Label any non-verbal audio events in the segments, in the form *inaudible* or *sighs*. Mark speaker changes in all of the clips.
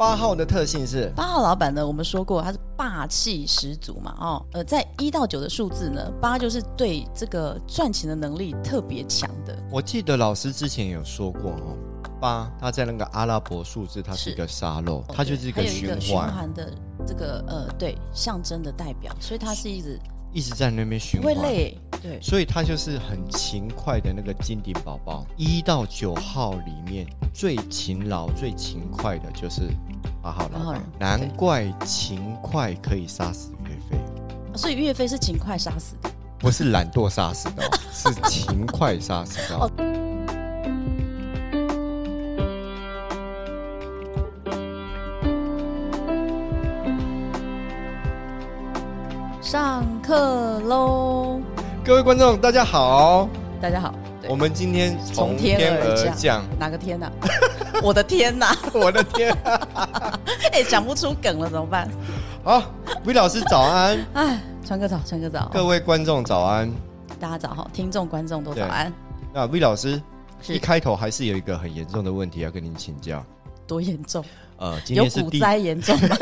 Speaker 1: 八号的特性是
Speaker 2: 八号老板呢，我们说过他是霸气十足嘛，哦，呃，在一到九的数字呢，八就是对这个赚钱的能力特别强的，
Speaker 1: 我记得老师之前有说过哦，八，它在那个阿拉伯数字，它是一个沙漏，它就是一
Speaker 2: 哦还
Speaker 1: 个
Speaker 2: 有一
Speaker 1: 循
Speaker 2: 个循
Speaker 1: 环，
Speaker 2: 环的这个呃对象征的代表，所以它是一直
Speaker 1: 一直在那边循
Speaker 2: 不会
Speaker 1: 环。
Speaker 2: 累，对，
Speaker 1: 所以它就是很勤快的那个金顶宝宝。一到九号里面最勤劳、最勤快的就是八号
Speaker 2: 八
Speaker 1: 老
Speaker 2: 号
Speaker 1: 板
Speaker 2: 人，
Speaker 1: 难
Speaker 2: 对
Speaker 1: 怪勤快可以杀死岳飞，
Speaker 2: 所以岳飞是勤快杀死的。
Speaker 1: 不是懒惰杀死
Speaker 2: *laughs*
Speaker 1: 的、哦，是勤快杀死的、哦。
Speaker 2: 上课喽，
Speaker 1: 各位观众，大家好，
Speaker 2: 大家好，对
Speaker 1: 我们今天从
Speaker 2: 从天
Speaker 1: 天
Speaker 2: 而
Speaker 1: 而
Speaker 2: 降
Speaker 1: 降，
Speaker 2: 哪个天呐、
Speaker 1: *laughs*
Speaker 2: 我的天呐、 *laughs*
Speaker 1: 我的天、啊！
Speaker 2: 哎、讲不出梗了怎么办？
Speaker 1: 好，V 老师早安，
Speaker 2: 哎，川哥早，川哥早，
Speaker 1: 各位观众早安。
Speaker 2: 大家早哈，听众观众都
Speaker 1: 对
Speaker 2: 早安，
Speaker 1: 那 V 老师
Speaker 2: 是
Speaker 1: 一开头还是有一个很严重的问题要跟您请教。
Speaker 2: 多严重？
Speaker 1: 呃，今
Speaker 2: 有
Speaker 1: 天是
Speaker 2: 股
Speaker 1: 第
Speaker 2: 灾严重吗？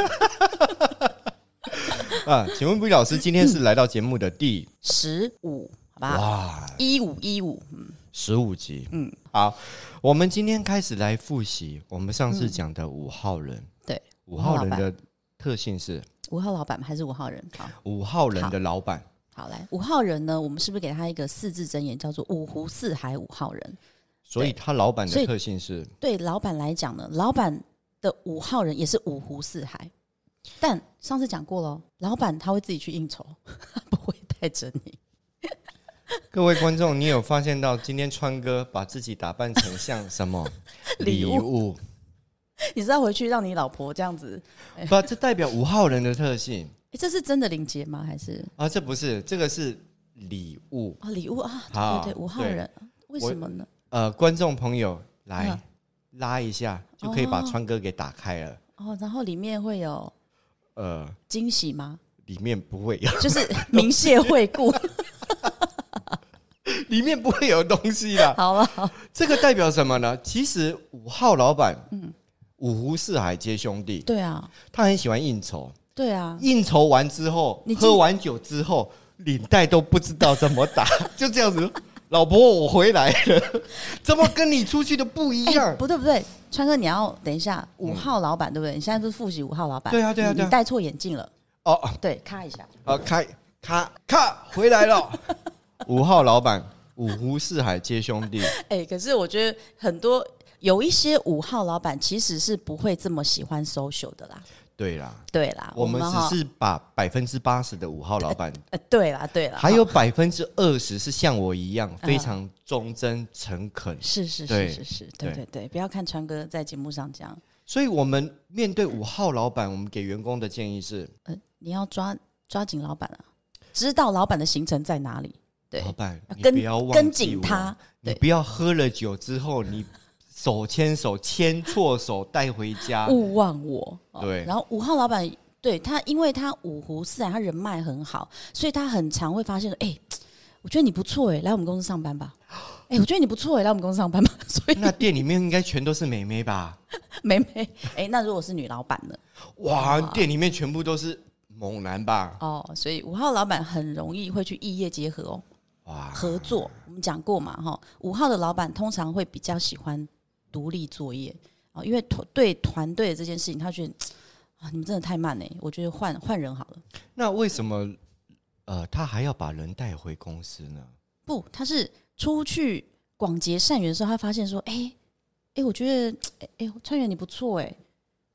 Speaker 1: 啊，请问 V 老师今天
Speaker 2: *laughs*
Speaker 1: 是来到节目的第
Speaker 2: 十五，好吧，
Speaker 1: 哇
Speaker 2: 一五一五，嗯
Speaker 1: 十五集，
Speaker 2: 啊嗯，
Speaker 1: 好，我们今天开始来复习我们上次讲的五号人，
Speaker 2: 嗯对，
Speaker 1: 五号人
Speaker 2: 老
Speaker 1: 的特性是
Speaker 2: 五号老板还是五号人？好，
Speaker 1: 五号人的老板，
Speaker 2: 好来，五号人呢，我们是不是给他一个四字箴言，叫做五湖四海五号人？
Speaker 1: 所以他老板
Speaker 2: 所
Speaker 1: 的
Speaker 2: 以
Speaker 1: 特性是
Speaker 2: 对老板来讲呢，老板的五号人也是五湖四海，但上次讲过了，老板他会自己去应酬， *laughs* 不会带着你。
Speaker 1: 各位观众，你有发现到今天川哥把自己打扮成像什么
Speaker 2: *laughs* 礼物
Speaker 1: 物？
Speaker 2: 你是要回去让你老婆这样子？
Speaker 1: 不，这代表五号人的特性
Speaker 2: 诶，这是真的领结吗？还是
Speaker 1: 啊，这不是，这个是礼物。
Speaker 2: 啊礼物啊？
Speaker 1: 好
Speaker 2: 对对对，五号
Speaker 1: 对
Speaker 2: 人为什么呢？
Speaker 1: 呃，观众朋友来、
Speaker 2: 嗯
Speaker 1: 拉一下，就可以把
Speaker 2: 哦
Speaker 1: 川哥给打开了。
Speaker 2: 哦，然后里面会有
Speaker 1: 呃，
Speaker 2: 惊喜吗？
Speaker 1: 里面不会
Speaker 2: *laughs*
Speaker 1: 有， *laughs*
Speaker 2: 就是明谢惠顾。
Speaker 1: 里面不会有东西
Speaker 2: *laughs*
Speaker 1: 啦。
Speaker 2: *laughs* 好了，好
Speaker 1: 这个代表什么呢？其实五号老板，
Speaker 2: 嗯
Speaker 1: 五湖四海皆兄弟，
Speaker 2: 对啊，
Speaker 1: 他很喜欢应酬。
Speaker 2: 对啊，
Speaker 1: 应酬完之后
Speaker 2: 你，
Speaker 1: 喝完酒之后，领带都不知道怎么打， *laughs* 就这样子。老婆，我回来了， *laughs* 怎么跟你出去的不一样？
Speaker 2: 哎不对不对，川哥，你要等一下，五号老板对不对？你现在不是复习五号老板？
Speaker 1: 对啊对啊
Speaker 2: 你
Speaker 1: 对啊
Speaker 2: 你戴错眼镜了，
Speaker 1: 哦，
Speaker 2: 对，咔一下。
Speaker 1: 哦，开咔咔回来
Speaker 2: *laughs*
Speaker 1: 了。五号老板，五湖四海皆兄弟。
Speaker 2: 哎、可是我觉得很多有一些五号老板其实是不会这么喜欢 social 的啦，
Speaker 1: 对啦，
Speaker 2: 对啦，
Speaker 1: 我们
Speaker 2: 哈
Speaker 1: 只是把百分之八十的五号老
Speaker 2: *laughs*
Speaker 1: 板
Speaker 2: 呃，对啦，对啦，
Speaker 1: 还
Speaker 2: 哈
Speaker 1: 有百分之二十是像我一样
Speaker 2: 嗯
Speaker 1: 非常忠贞诚恳，
Speaker 2: 是是
Speaker 1: 对
Speaker 2: 是是是，对
Speaker 1: 对
Speaker 2: 对对，不要看川哥在节目上讲，
Speaker 1: 所以我们面对五号老板，我们给员工的建议是：
Speaker 2: 呃，你要抓抓紧老板啊，知道老板的行程在哪里，对
Speaker 1: 老板，你
Speaker 2: 跟
Speaker 1: 不要忘记
Speaker 2: 跟紧
Speaker 1: 我
Speaker 2: 他，
Speaker 1: 你
Speaker 2: 对
Speaker 1: 不要喝了酒之后你手牵手牵错手带回家。
Speaker 2: 勿忘我。 *laughs* 哦
Speaker 1: 对
Speaker 2: 然后五号老板对他，因为他五湖四海，他人脉很好，所以他很常会发现，哎、我觉得你不错哎，来我们公司上班吧。哎、我觉得你不错哎，来我们公司上班吧。 *laughs* 所以
Speaker 1: 那店里面应该全都是美眉吧？
Speaker 2: 妹妹，哎、那如果是女老板呢？
Speaker 1: 哇，
Speaker 2: 哇
Speaker 1: 店里面全部都是猛男吧？
Speaker 2: 哦，所以五号老板很容易会去异业结合哦，
Speaker 1: 哇，
Speaker 2: 合作。我们讲过嘛，哈，五号的老板通常会比较喜欢独立作业哦，因为团对团队的这件事情，他觉得嘖啊，你们真的太慢哎，我觉得换换人好了。
Speaker 1: 那为什么呃他还要把人带回公司呢？
Speaker 2: 不，他是出去广结善缘的时候，他发现说，哎、哎、我觉得哎、哎川原你不错哎、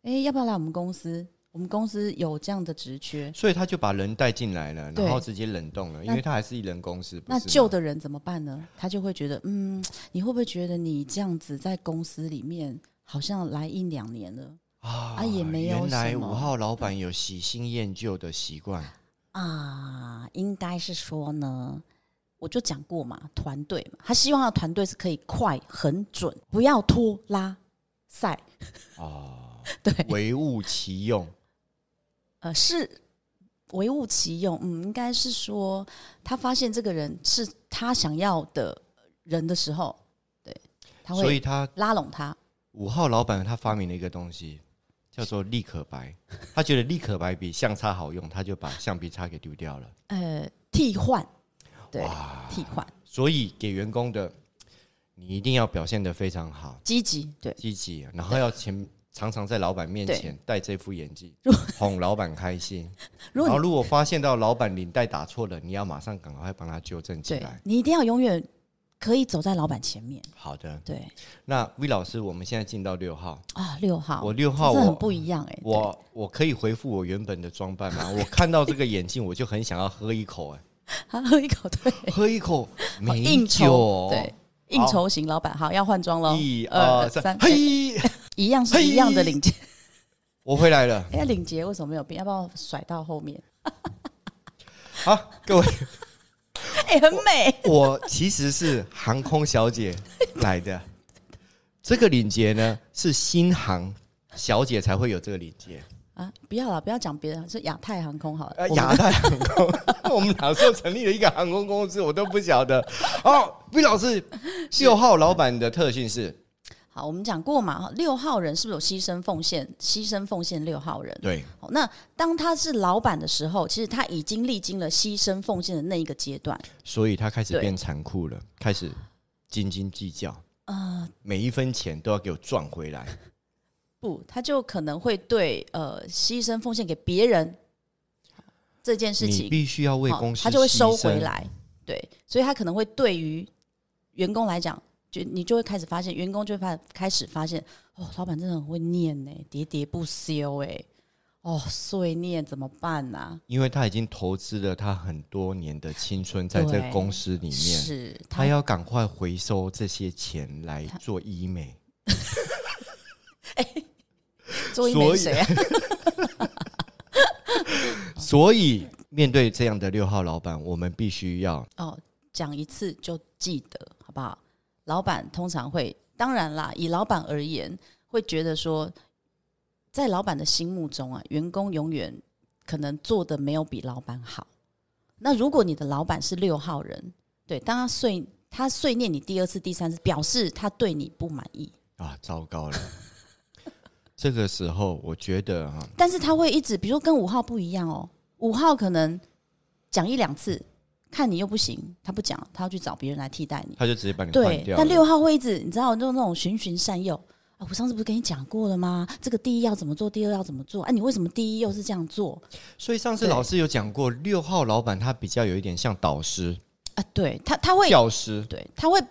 Speaker 2: 哎、要不要来我们公司？我们公司有这样的职缺，
Speaker 1: 所以他就把人带进来了，
Speaker 2: 对
Speaker 1: 然后直接冷冻了，因为他还是一人公司。不
Speaker 2: 那
Speaker 1: 是吗
Speaker 2: 旧的人怎么办呢？他就会觉得，嗯，你会不会觉得你这样子在公司里面好像来一两年了
Speaker 1: 啊
Speaker 2: 啊也没有
Speaker 1: 原来
Speaker 2: 什么
Speaker 1: 五号老板有喜新厌旧的习惯，
Speaker 2: 啊？应该是说呢，我就讲过嘛，团队嘛，他希望他的团队是可以快、很准，不要拖拉赛。
Speaker 1: 哦，
Speaker 2: 对，
Speaker 1: 唯物其用。
Speaker 2: 呃，是唯物其用。嗯，应该是说他发现这个人是他想要的人的时候，对，他
Speaker 1: 所
Speaker 2: 会
Speaker 1: 以他
Speaker 2: 拉拢他。
Speaker 1: 五号老板他发明了一个东西，叫做立可白，他觉得立可白比橡擦好用，他就把橡皮擦给丢掉了。
Speaker 2: 呃，替换，对，替换，
Speaker 1: 所以给员工的，你一定要表现得非常好，
Speaker 2: 积极，对，
Speaker 1: 积极，然后要前常常在老板面
Speaker 2: 对
Speaker 1: 前戴这副眼镜，哄老板开心。
Speaker 2: *laughs* 如
Speaker 1: 然后
Speaker 2: 果你
Speaker 1: 如果发现到老板领带打错了，你要马上赶快帮他纠正起
Speaker 2: 对
Speaker 1: 来。
Speaker 2: 你一定要永远可以走在老板前面，
Speaker 1: 好的，
Speaker 2: 对
Speaker 1: 那 V 老师，我们现在进到六号，
Speaker 2: 啊，六号，
Speaker 1: 我六号
Speaker 2: 这很
Speaker 1: 我。
Speaker 2: 不一样哎，对
Speaker 1: 我我可以回复我原本的装扮吗？我看到这个眼镜，我就很想要喝一口、
Speaker 2: 他喝一口，对， *laughs*
Speaker 1: 哎，喝一口
Speaker 2: 好
Speaker 1: 美
Speaker 2: 应
Speaker 1: 酒
Speaker 2: 酬，
Speaker 1: 哦，
Speaker 2: 哦对，应酬型老板，好，要换装喽，
Speaker 1: 一
Speaker 2: 二
Speaker 1: 二三，
Speaker 2: 哎
Speaker 1: 嘿，
Speaker 2: 一样是一样的
Speaker 1: 嘿
Speaker 2: 领结，
Speaker 1: *laughs* 我回来了。
Speaker 2: 哎呀，领结为什么没有变？要不要甩到后面？
Speaker 1: 好，各位，
Speaker 2: *laughs*
Speaker 1: *laughs*
Speaker 2: 哎，很美，
Speaker 1: 我其实是航空小姐来的。这个领结呢，是新航小姐才会有这个领结。
Speaker 2: 啊，不要了，不要讲别人，是亚太航空好了。
Speaker 1: 呃，
Speaker 2: *laughs* 我们
Speaker 1: 亚太航空，我 *laughs* 们哪时候成立了一个航空公司，我都不晓得。哦，V 老师，六号老板的特性是，
Speaker 2: 好，我们讲过嘛，六号人是不是有牺牲奉献？牺牲奉献六号人。
Speaker 1: 对，
Speaker 2: 好，那当他是老板的时候，其实他已经历经了牺牲奉献的那一个阶段。
Speaker 1: 所以他开始
Speaker 2: 对
Speaker 1: 变残酷了，开始斤斤计较，
Speaker 2: 呃，
Speaker 1: 每一分钱都要给我赚回来。
Speaker 2: 不，他就可能会对呃牺牲奉献给别人这件事
Speaker 1: 你
Speaker 2: 情，
Speaker 1: 必须要为
Speaker 2: 好
Speaker 1: 公司，
Speaker 2: 他就会收回。来。对，所以他可能会对于员工来讲，就你就会开始发现，员工就会发开始发现，哦，老板真的很会念呢、喋喋不休哎、哦，碎念怎么办啊呐、
Speaker 1: 因为他已经投资了他很多年的青春在这个
Speaker 2: 对
Speaker 1: 公司里面，哎
Speaker 2: 是
Speaker 1: 他要赶快回收这些钱来做医美。
Speaker 2: 做医
Speaker 1: 所
Speaker 2: 美
Speaker 1: 以
Speaker 2: 谁啊？哦
Speaker 1: 所以面对这样的六号老板，我们必须要
Speaker 2: 哦，讲一次就记得，好不好？老板通常会，当然啦，以老板而言，会觉得说，在老板的心目中啊，员工永远可能做的没有比老板好。那如果你的老板是六号人，对，当他碎他碎念你第二次、第三次，表示他对你不满意，
Speaker 1: 啊，糟糕
Speaker 2: *laughs*
Speaker 1: 了。这个时候，我觉得啊，
Speaker 2: 但是他会一直，比如说跟五号不一样哦，五号可能讲一两次，看你又不行，他不讲，他要去找别人来替代你。
Speaker 1: 他就直接把你换
Speaker 2: 对，
Speaker 1: 掉了。
Speaker 2: 但六号会一直你知道，就那种循循善诱啊。我上次不是跟你讲过了吗？这个第一要怎么做，第二要怎么做？哎、你为什么第一又是这样做
Speaker 1: 所以上次
Speaker 2: 对
Speaker 1: 老师有讲过，六号老板他比较有一点像导师、
Speaker 2: 啊？对他，他会，
Speaker 1: 教师，
Speaker 2: 对他会，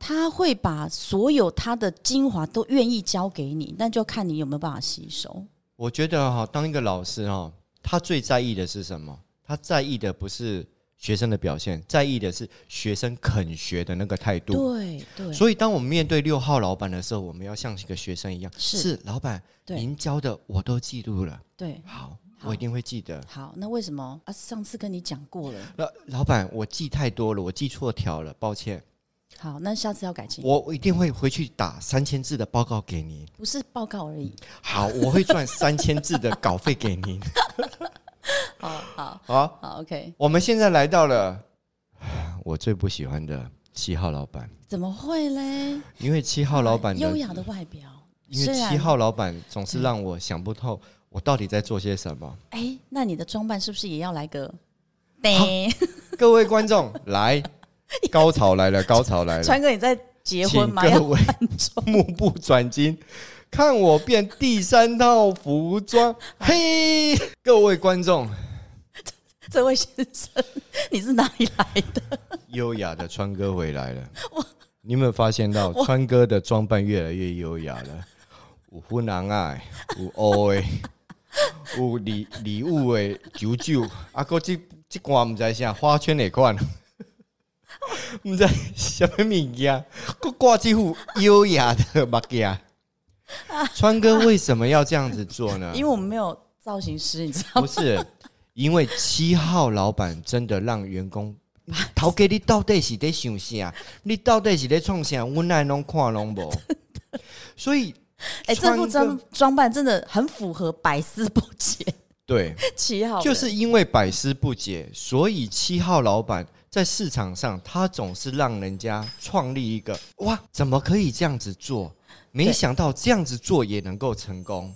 Speaker 2: 他会把所有他的精华都愿意教给你，但就看你有没有办法吸收。
Speaker 1: 我觉得哈、当一个老师哈、他最在意的是什么？他在意的不是学生的表现，在意的是学生肯学的那个态度。
Speaker 2: 对对，
Speaker 1: 所以，当我们面对六号老板的时候，我们要像一个学生一样，
Speaker 2: 是
Speaker 1: 老板，
Speaker 2: 对
Speaker 1: 您教的我都记录了，
Speaker 2: 对，
Speaker 1: 好，
Speaker 2: 好
Speaker 1: 我一定会记得。
Speaker 2: 好，那为什么啊？上次跟你讲过了，
Speaker 1: 那老板，我记太多了，我记错条了，抱歉，
Speaker 2: 好，那下次要改进，
Speaker 1: 我我一定会回去打三千字的报告给您。
Speaker 2: 不是报告而已。
Speaker 1: 好，我会赚三千字的稿费给您。
Speaker 2: 好好
Speaker 1: 好，
Speaker 2: 好，OK，
Speaker 1: 我们现在来到了 *sighs* 我最不喜欢的七号老板，
Speaker 2: 怎么会嘞？
Speaker 1: 因为七号老板
Speaker 2: 哎优
Speaker 1: 的，
Speaker 2: 雅的外表，
Speaker 1: 因为
Speaker 2: 虽
Speaker 1: 七
Speaker 2: 然
Speaker 1: 号老板总是让我想不透我到底在做些什
Speaker 2: *laughs*
Speaker 1: 么。
Speaker 2: 哎，那你的装扮是不是也要来
Speaker 1: *laughs*
Speaker 2: 个？
Speaker 1: 哎
Speaker 2: 对，
Speaker 1: 各位观众，来，高潮来了，高潮来了，
Speaker 2: *laughs* 川哥，你在结婚
Speaker 1: 请
Speaker 2: 吗？要
Speaker 1: 各位目不转睛。看我变第三套服装，嘿！各位观众，
Speaker 2: *laughs* 这位先生，你是哪里来的？
Speaker 1: *laughs* 优雅的川哥回来了。你有没有发现到川哥的装扮越来越优雅了？有湖南爱，有欧诶，有礼礼物诶，九九啊，哥这这款毋知啥花圈那款， *laughs* 毋知什么物件，佮挂这副优雅的目镜。川哥为什么要这样子做呢？
Speaker 2: 因为我们没有造型
Speaker 1: *laughs*
Speaker 2: 师，你知道吗？
Speaker 1: 不是，因为七号老板真的让员
Speaker 2: *laughs*
Speaker 1: 工，头家你到底是在想啥？你到底是在创啥？我来拢看拢
Speaker 2: *laughs*
Speaker 1: 无。所以，
Speaker 2: 哎，这副
Speaker 1: 川
Speaker 2: 装
Speaker 1: 哥
Speaker 2: 装扮真的很符合百思不解 *laughs*
Speaker 1: 对，
Speaker 2: 七号人，
Speaker 1: 就是因为百思不解，所以七号老板在市场上，他总是让人家创立一个哇，怎么可以这样子做？没
Speaker 2: 对
Speaker 1: 想到这样子做也能够成功。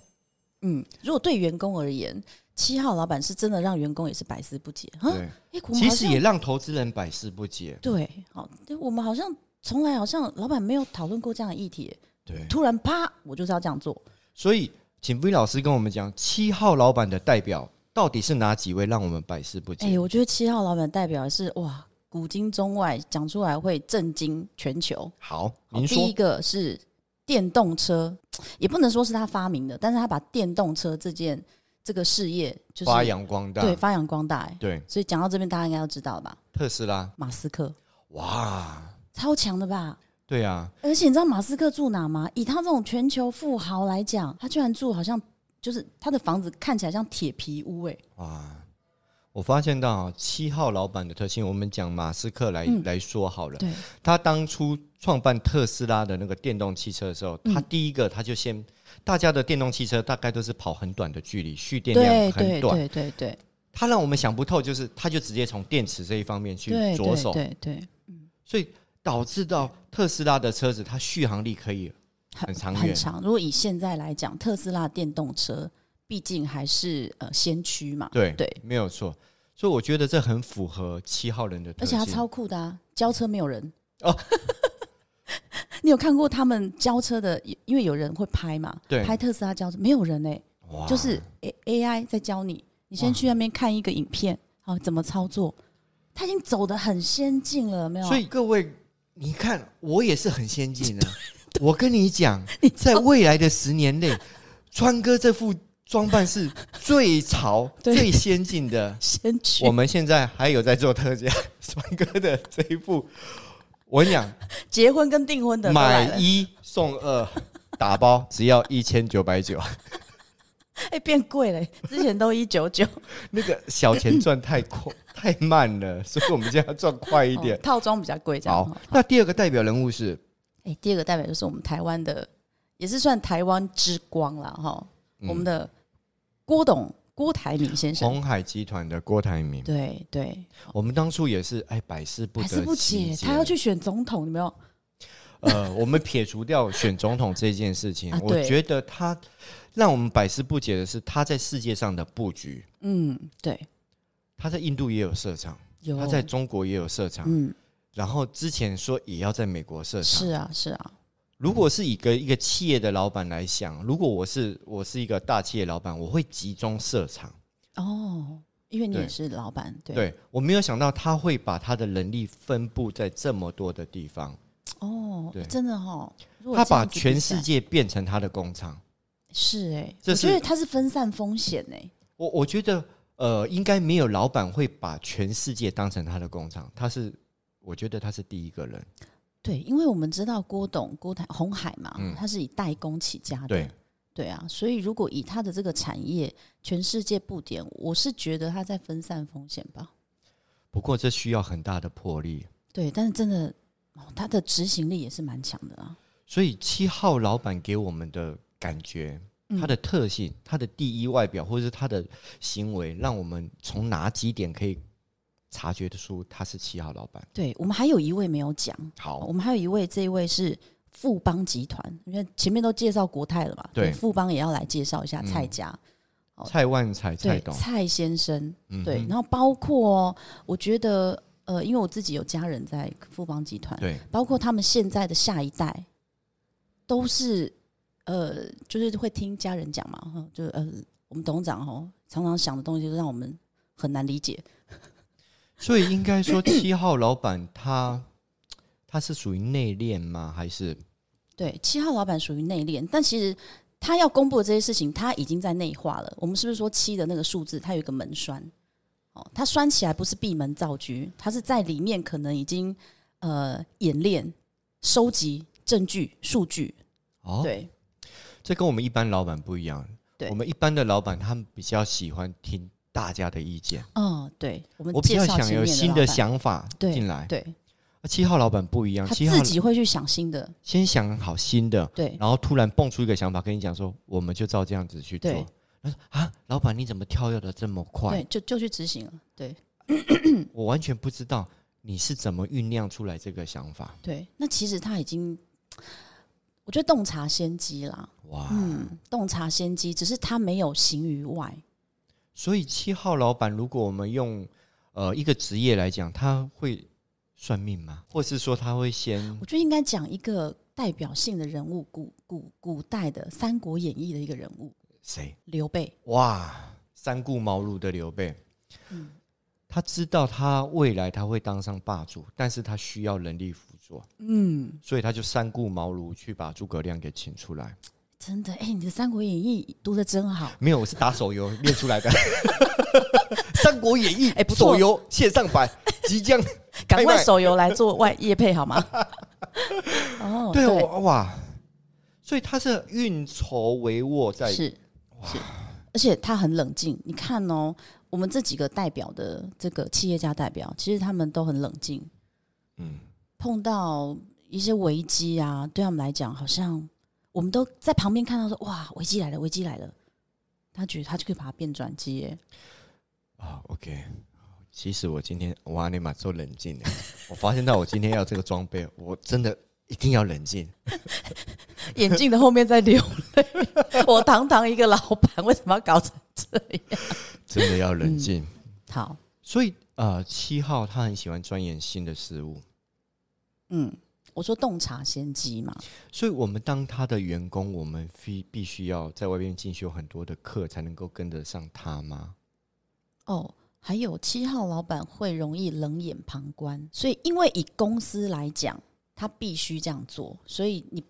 Speaker 2: 嗯，如果对员工而言，七号老板是真的让员工也是百思不解啊。
Speaker 1: 对，
Speaker 2: 哎，我们
Speaker 1: 其
Speaker 2: 好
Speaker 1: 实
Speaker 2: 像
Speaker 1: 也让投资人百思不解。
Speaker 2: 对，好，对我们好像从来好像老板没有讨论过这样的议题耶，
Speaker 1: 对，
Speaker 2: 突然啪，我就是要这样做。
Speaker 1: 所以请 V 老师跟我们讲，七号老板的代表到底是哪几位，让我们百思不
Speaker 2: 哎、
Speaker 1: 解？
Speaker 2: 我觉得七号老板代表的是哇，古今中外讲出来会震惊全球。
Speaker 1: 好，
Speaker 2: 好
Speaker 1: 您
Speaker 2: 第一
Speaker 1: 说
Speaker 2: 个是电动车，也不能说是他发明的，但是他把电动车这件这个事业就是
Speaker 1: 发扬光大，
Speaker 2: 对发扬光大、哎，
Speaker 1: 对，
Speaker 2: 所以讲到这边，大家应该都知道了吧？
Speaker 1: 特斯拉，
Speaker 2: 马斯克
Speaker 1: 哇，
Speaker 2: 超强的吧？
Speaker 1: 对啊，
Speaker 2: 而且你知道马斯克住哪吗？以他这种全球富豪来讲，他居然住好像就是他的房子看起来像铁皮屋哎、
Speaker 1: 哇，我发现到啊七号老板的特性，我们讲马斯克来、
Speaker 2: 嗯
Speaker 1: 来说好了，
Speaker 2: 对，
Speaker 1: 他当初创办特斯拉的那个电动汽车的时候，
Speaker 2: 嗯
Speaker 1: 他第一个他就先。大家的电动汽车大概都是跑很短的距离，蓄电量
Speaker 2: 对
Speaker 1: 很
Speaker 2: 对
Speaker 1: 短。
Speaker 2: 对对对
Speaker 1: 他让我们想不透，就是他就直接从电池这一方面去
Speaker 2: 对，
Speaker 1: 着手，
Speaker 2: 对对
Speaker 1: 所以导致到特斯拉的车子它续航力可以很长
Speaker 2: 对，
Speaker 1: 远
Speaker 2: 很。长。如果以现在来讲，特斯拉电动车毕竟还是呃先驱嘛，
Speaker 1: 对
Speaker 2: 对，
Speaker 1: 没有错。所以我觉得这很符合七号人的特
Speaker 2: 而
Speaker 1: 性，
Speaker 2: 且它超酷的啊，交车没有人
Speaker 1: 哦。你
Speaker 2: *laughs* 你有看过他们交车的？因为有人会拍嘛，
Speaker 1: 对
Speaker 2: 拍特斯拉交车，没有人哎、
Speaker 1: 哇
Speaker 2: 就是 A A I 在教你，你先
Speaker 1: 哇
Speaker 2: 去那边看一个影片，好怎么操作，他已经走得很先进了，有没有？
Speaker 1: 所以各位，你看我也是很先进
Speaker 2: *laughs*
Speaker 1: 的。我跟你讲，
Speaker 2: 你
Speaker 1: 在未来的十年内，川哥这副装扮是最潮、
Speaker 2: *laughs* 对
Speaker 1: 最先进的。
Speaker 2: 先去
Speaker 1: 我们现在还有在做特价， *laughs* 川哥的这一副，我跟你讲，
Speaker 2: 结婚跟订 *laughs* 婚的都来
Speaker 1: 买
Speaker 2: 了，
Speaker 1: 一送二，打包只要一千九百九，
Speaker 2: 哎、变贵了、之前都一九九，
Speaker 1: 那个小钱赚太
Speaker 2: *laughs*
Speaker 1: 快太慢了，所以我们现在要赚快 *laughs* 一点
Speaker 2: 哦。套装比较贵，这样。哦
Speaker 1: 好，那第二个代表人物是
Speaker 2: 哎、第二个代表就是我们台湾的，也是算台湾之光了哈、
Speaker 1: 嗯
Speaker 2: 我们的郭董郭台铭先生，
Speaker 1: 红海集团的郭台铭。
Speaker 2: 对对，
Speaker 1: 我们当初也是哎百思不
Speaker 2: 还
Speaker 1: 得
Speaker 2: 是不
Speaker 1: 其
Speaker 2: 解，
Speaker 1: 解，
Speaker 2: 他要去选总统，有没有？
Speaker 1: 呃，我们撇除掉选总统这件事情，
Speaker 2: 啊
Speaker 1: 我
Speaker 2: 对
Speaker 1: 觉得他让我们百思不解的是他在世界上的布局，
Speaker 2: 嗯，对，
Speaker 1: 他在印度也有设厂，
Speaker 2: 有
Speaker 1: 他在中国也有设厂，
Speaker 2: 嗯，
Speaker 1: 然后之前说也要在美国设厂，
Speaker 2: 是啊是啊，
Speaker 1: 如果是一个一个企业的老板来想，如果我是我是一个大企业老板，我会集中设厂。
Speaker 2: 哦，因为你也
Speaker 1: 对
Speaker 2: 是老板，对，
Speaker 1: 对我没有想到他会把他的人力分布在这么多的地方，
Speaker 2: 哦，
Speaker 1: 对
Speaker 2: 真的哦，如果
Speaker 1: 他
Speaker 2: 这
Speaker 1: 把
Speaker 2: 样子比
Speaker 1: 全
Speaker 2: 起
Speaker 1: 世
Speaker 2: 来
Speaker 1: 界变成他的工厂。
Speaker 2: 是哎、
Speaker 1: 这
Speaker 2: 我
Speaker 1: 是
Speaker 2: 觉得他是分散风险哎、
Speaker 1: 我我觉得呃，应该没有老板会把全世界当成他的工厂。他是，我觉得他是第一个人。
Speaker 2: 对，因为我们知道郭董郭台红海嘛，
Speaker 1: 嗯
Speaker 2: 他是以代工起家的，
Speaker 1: 对
Speaker 2: 对啊，所以如果以他的这个产业全世界布点，我是觉得他在分散风险吧。
Speaker 1: 不过这需要很大的魄力。
Speaker 2: 对，但是真的，哦、他的执行力也是蛮强的啊。
Speaker 1: 所以七号老板给我们的感觉，
Speaker 2: 嗯
Speaker 1: 他的特性、他的第一外表，或者是他的行为，让我们从哪几点可以察觉得出他是七号老板？
Speaker 2: 对我们还有一位没有讲，
Speaker 1: 好
Speaker 2: 我，们还有一位，这一位是富邦集团，因为前面都介绍国泰了嘛，
Speaker 1: 对
Speaker 2: 富邦也要来介绍一下
Speaker 1: 嗯
Speaker 2: 蔡家，哦
Speaker 1: 蔡万才、蔡
Speaker 2: 对，
Speaker 1: 董，
Speaker 2: 蔡先生，
Speaker 1: 嗯哼
Speaker 2: 对，然后包括、哦、我觉得，呃，因为我自己有家人在富邦集团，
Speaker 1: 对，
Speaker 2: 包括他们现在的下一代，都是呃，就是会听家人讲嘛，哈，就是呃，我们董事长哦，常常想的东西，就让我们很难理解。
Speaker 1: 所以应该说七号老板他他是属于内敛吗？还是
Speaker 2: 对，七号老板属于内敛，但其实他要公布的这些事情，他已经在内化了。我们是不是说七的那个数字，它有一个门栓？哦，它栓起来不是闭门造车，它是在里面可能已经呃演练、收集证据、数据。
Speaker 1: 哦，
Speaker 2: 对，
Speaker 1: 这跟我们一般老板不一样。
Speaker 2: 对
Speaker 1: 我们一般的老板他们比较喜欢听大家的意见，
Speaker 2: 嗯，对，我们
Speaker 1: 我比
Speaker 2: 介
Speaker 1: 较
Speaker 2: 绍
Speaker 1: 想
Speaker 2: 前
Speaker 1: 有
Speaker 2: 面
Speaker 1: 新
Speaker 2: 的
Speaker 1: 的
Speaker 2: 老板，
Speaker 1: 想法
Speaker 2: 对
Speaker 1: 进来。
Speaker 2: 对
Speaker 1: 啊七号老板不一样，
Speaker 2: 他
Speaker 1: 七号
Speaker 2: 自己会去想新的，
Speaker 1: 先想好新的，
Speaker 2: 对
Speaker 1: 然后突然蹦出一个想法跟你讲说，我们就照这样子去做。
Speaker 2: 对
Speaker 1: 他说啊，老板你怎么跳跃的这么快
Speaker 2: 对？，就就去执行了，对。
Speaker 1: 我完全不知道你是怎么酝酿出来这个想法。
Speaker 2: 对，那其实他已经，我觉得洞察先机啦，
Speaker 1: 哇，
Speaker 2: 嗯，洞察先机，只是他没有行于外，
Speaker 1: 所以七号老板，如果我们用呃一个职业来讲，他会算命吗？或是说他会先
Speaker 2: 我觉得应该讲一个代表性的人物，古古古代的《三国演义》的一个人物
Speaker 1: 谁？
Speaker 2: 刘备。
Speaker 1: 哇，三顾茅庐的刘备，他知道他未来他会当上霸主，但是他需要人力辅佐，
Speaker 2: 嗯，
Speaker 1: 所以他就三顾茅庐去把诸葛亮给请出来。
Speaker 2: 真的，哎、你的《三国演义》读的
Speaker 1: *laughs*
Speaker 2: 真好。
Speaker 1: 没有，我是打手游练出来的， *laughs* 《三国演义》
Speaker 2: 哎不错
Speaker 1: 手游线上版即将
Speaker 2: 赶
Speaker 1: 拍
Speaker 2: 快
Speaker 1: 卖
Speaker 2: 手游来做外业配好吗？ *laughs*
Speaker 1: *laughs*
Speaker 2: 哦，
Speaker 1: 对我哇，所以他是运筹帷幄在
Speaker 2: 是是，而且他很冷静。你看哦，我们这几个代表的这个企业家代表，其实他们都很冷静。
Speaker 1: 嗯，
Speaker 2: 碰到一些危机啊，对他们来讲，好像我们都在旁边看到说，哇，危机来了，危机来了。他觉得他就可以把它变转机耶，
Speaker 1: 啊，OK。其实我今天我阿尼玛做冷静的，我发现到我今天要这个装备，我真的一定要冷静。
Speaker 2: 眼镜的后面在流泪。我堂堂一个老板，为什么要搞成这样？
Speaker 1: 真的要冷静。
Speaker 2: 好，
Speaker 1: 所以呃，七号他很喜欢钻研新的事物，
Speaker 2: 嗯，我说洞察先机嘛，
Speaker 1: 所以我们当他的员工，我们必必须要在外边进修很多的课，才能够跟得上他吗？
Speaker 2: 哦，还有七号老板会容易冷眼旁观，所以因为以公司来讲，他必须这样做，所以你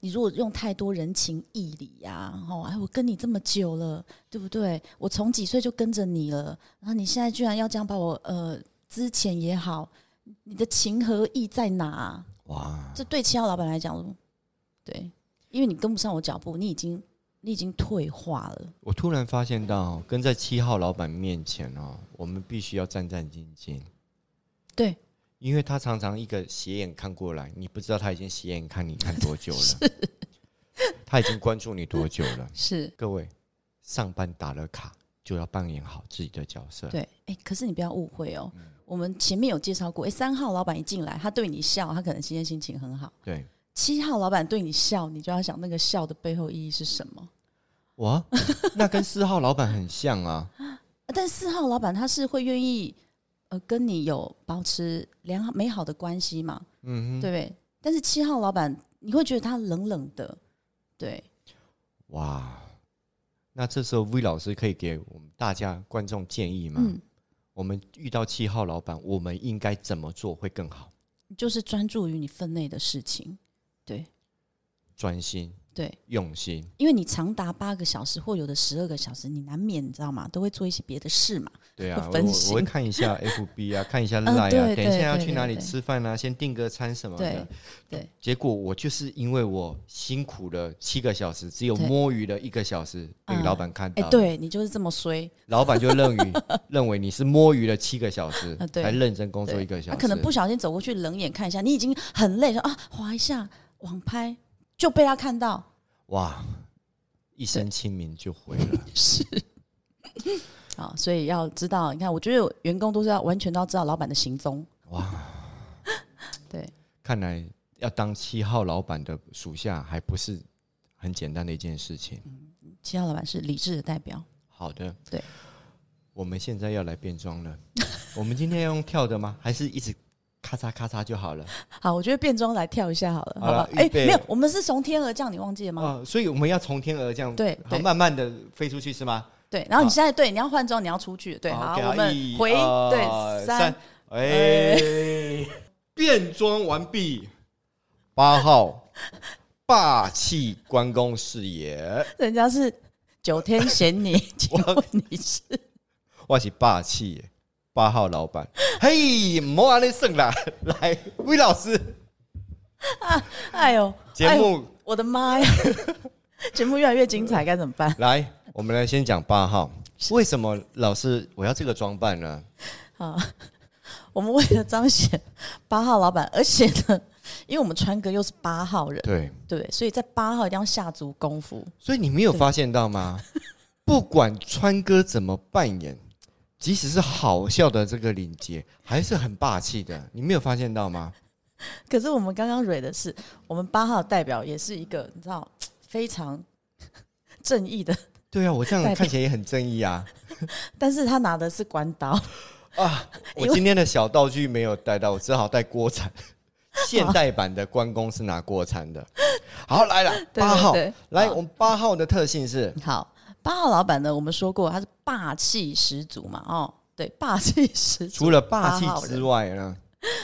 Speaker 2: 你如果用太多人情义理呀、哦，哎，我跟你这么久了，对不对？我从几岁就跟着你了，然后你现在居然要这样把我呃之前也好，你的情和义在哪、
Speaker 1: 哇，
Speaker 2: 这对七号老板来讲，对，因为你跟不上我脚步，你已经你已经退化了。
Speaker 1: 我突然发现到，跟在七号老板面前哦，我们必须要战战兢兢。
Speaker 2: 对，
Speaker 1: 因为他常常一个斜眼看过来，你不知道他已经斜眼看你看多久了，他已经关注你多久了。
Speaker 2: 是
Speaker 1: 各位，上班打了卡，就要扮演好自己的角色。
Speaker 2: 对，哎、可是你不要误会哦，我们前面有介绍过，哎、三号老板一进来，他对你笑，他可能今天心情很好；
Speaker 1: 对，
Speaker 2: 七号老板对你笑，你就要想那个笑的背后意义是什么。
Speaker 1: 哇，那跟四号老板很像啊！
Speaker 2: *laughs* 啊但四号老板他是会愿意呃跟你有保持良好美好的关系嘛，
Speaker 1: 嗯哼，
Speaker 2: 对不对？但是七号老板你会觉得他冷冷的，对，
Speaker 1: 哇，那这时候 V 老师可以给我们大家观众建议吗？
Speaker 2: 嗯，
Speaker 1: 我们遇到七号老板，我们应该怎么做会更好？
Speaker 2: 嗯就是专注于你分内的事情，
Speaker 1: 专心、
Speaker 2: 对。
Speaker 1: 用心，
Speaker 2: 因为你长达八个小时，或有的十二个小时，你难免你知道吗？都会做一些别的事嘛。
Speaker 1: 对啊，我
Speaker 2: *laughs* 分
Speaker 1: 我
Speaker 2: 心
Speaker 1: 我会看一下 FB 啊，看一下 Line
Speaker 2: 嗯
Speaker 1: 啊，
Speaker 2: 对
Speaker 1: 等一下
Speaker 2: 对
Speaker 1: 要
Speaker 2: 对
Speaker 1: 去哪里
Speaker 2: 对对
Speaker 1: 吃饭啊，先订个餐什么的
Speaker 2: 对。对，
Speaker 1: 结果我就是因为我辛苦了七个小时，只有
Speaker 2: 对
Speaker 1: 摸鱼了一个小时，被
Speaker 2: 嗯
Speaker 1: 老板看到
Speaker 2: 哎、
Speaker 1: 了，
Speaker 2: 对你就是这么衰，
Speaker 1: 老板就认
Speaker 2: *laughs*
Speaker 1: 为认为你是摸鱼了七个小时，
Speaker 2: 啊对
Speaker 1: 才认真工作
Speaker 2: 对
Speaker 1: 一个小
Speaker 2: 他
Speaker 1: 时，
Speaker 2: 可能不小心走过去冷眼看一下，你已经很累，说啊，划一下网拍就被他看到，
Speaker 1: 哇，一身清明就回了。
Speaker 2: 是。好，啊所以要知道，你看，我觉得员工都是要完全都要知道老板的行踪。
Speaker 1: 哇，
Speaker 2: 对，
Speaker 1: *laughs* 看来要当七号老板的属下还不是很简单的一件事情。
Speaker 2: 七号老板是理智的代表，
Speaker 1: 好的，
Speaker 2: 嗯对，
Speaker 1: 我们现在要来变装了。 *laughs* 我们今天要用跳的吗？还是一直咔嚓咔嚓就好了？
Speaker 2: 好，我觉得变装来跳一下好了，
Speaker 1: 好
Speaker 2: 好
Speaker 1: 了
Speaker 2: 吧？哎、
Speaker 1: 预备
Speaker 2: 没有，我们是从天而降，你忘记了吗？
Speaker 1: 啊，所以我们要从天而降，
Speaker 2: 对
Speaker 1: 嗯好，
Speaker 2: 对
Speaker 1: 慢慢的飞出去是吗？
Speaker 2: 对，然后你
Speaker 1: 好
Speaker 2: 现在对，你要换装，你要出去，对，
Speaker 1: 好
Speaker 2: 好，
Speaker 1: ，OK，
Speaker 2: 我们
Speaker 1: 一啊
Speaker 2: 回
Speaker 1: 二
Speaker 2: 对三，，
Speaker 1: 哎， *laughs* 变装完毕，八号霸气关公是也，
Speaker 2: 人家是九天
Speaker 1: *laughs*
Speaker 2: 玄女，请问你是？
Speaker 1: 我是霸气耶八号老板，嘿，莫安尼算啦， *laughs* 来，魏老师，
Speaker 2: 哎呦，
Speaker 1: 节
Speaker 2: 哎呦
Speaker 1: 目
Speaker 2: 我的妈呀！节目越来越精彩，该怎么办？
Speaker 1: 来，我们来先讲八号，为什么老师我要这个装扮呢？
Speaker 2: 好，我们为了彰显八号老板，而且呢， *laughs* 因为我们川哥又是八号人，
Speaker 1: 对，
Speaker 2: 对不对？所以在八号一定要下足功夫。
Speaker 1: 所以你没有发现到 *laughs* 吗？不管川哥怎么扮演，即使是好笑的这个领结，还是很霸气的。你没有发现到吗？
Speaker 2: 可是我们刚刚蕊的是，我们八号代表也是一个你知道非常 *laughs* 正义的，
Speaker 1: 对啊，我这
Speaker 2: 代
Speaker 1: 样
Speaker 2: 表
Speaker 1: 看起来也很正义 *laughs* 啊
Speaker 2: 但是他拿的是关刀，
Speaker 1: *laughs* 啊！
Speaker 2: 因
Speaker 1: 我
Speaker 2: 为
Speaker 1: 今天的小道具没有带到，我只好带锅 *laughs* 铲。现代版的关公是拿锅铲的。好，来了
Speaker 2: 对
Speaker 1: 八号，
Speaker 2: 对
Speaker 1: 来
Speaker 2: 好
Speaker 1: 我们八号的特性是
Speaker 2: 对好，八号老板呢，我们说过他是霸气十足嘛，哦，对，霸气十足。
Speaker 1: 除了霸气
Speaker 2: 八号人
Speaker 1: 之外呢，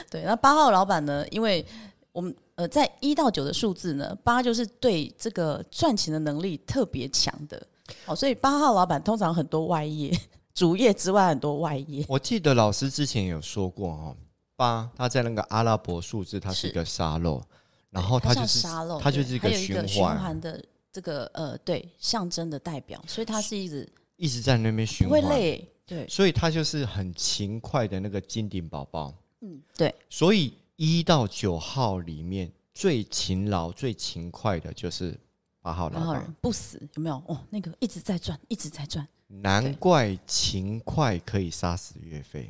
Speaker 2: 对，那八号老板呢，因为我们呃在一到九的数字呢，八就是对这个赚钱的能力特别强的，哦，所以八号老板通常很多外业， *laughs* 主业之外很多外业，
Speaker 1: 我记得老师之前有说过哦，八，它在那个阿拉伯数字，它是一个沙漏，然后它
Speaker 2: 它
Speaker 1: 哦就
Speaker 2: 像
Speaker 1: 是
Speaker 2: 沙漏，
Speaker 1: 它就
Speaker 2: 对
Speaker 1: 是一
Speaker 2: 它
Speaker 1: 个
Speaker 2: 有一个
Speaker 1: 循环
Speaker 2: 环的这个呃对象征的代表，所以它是一直
Speaker 1: 一直在那边循
Speaker 2: 不会
Speaker 1: 环，
Speaker 2: 累，对，
Speaker 1: 所以它就是很勤快的那个金顶宝宝。
Speaker 2: 嗯，对，
Speaker 1: 所以一到九号里面最勤劳、最勤快的就是八号
Speaker 2: 然
Speaker 1: 老
Speaker 2: 后
Speaker 1: 板，
Speaker 2: 不死有没有？哦，那个一直在赚，一直在赚。
Speaker 1: 难怪勤快可以杀死岳飞，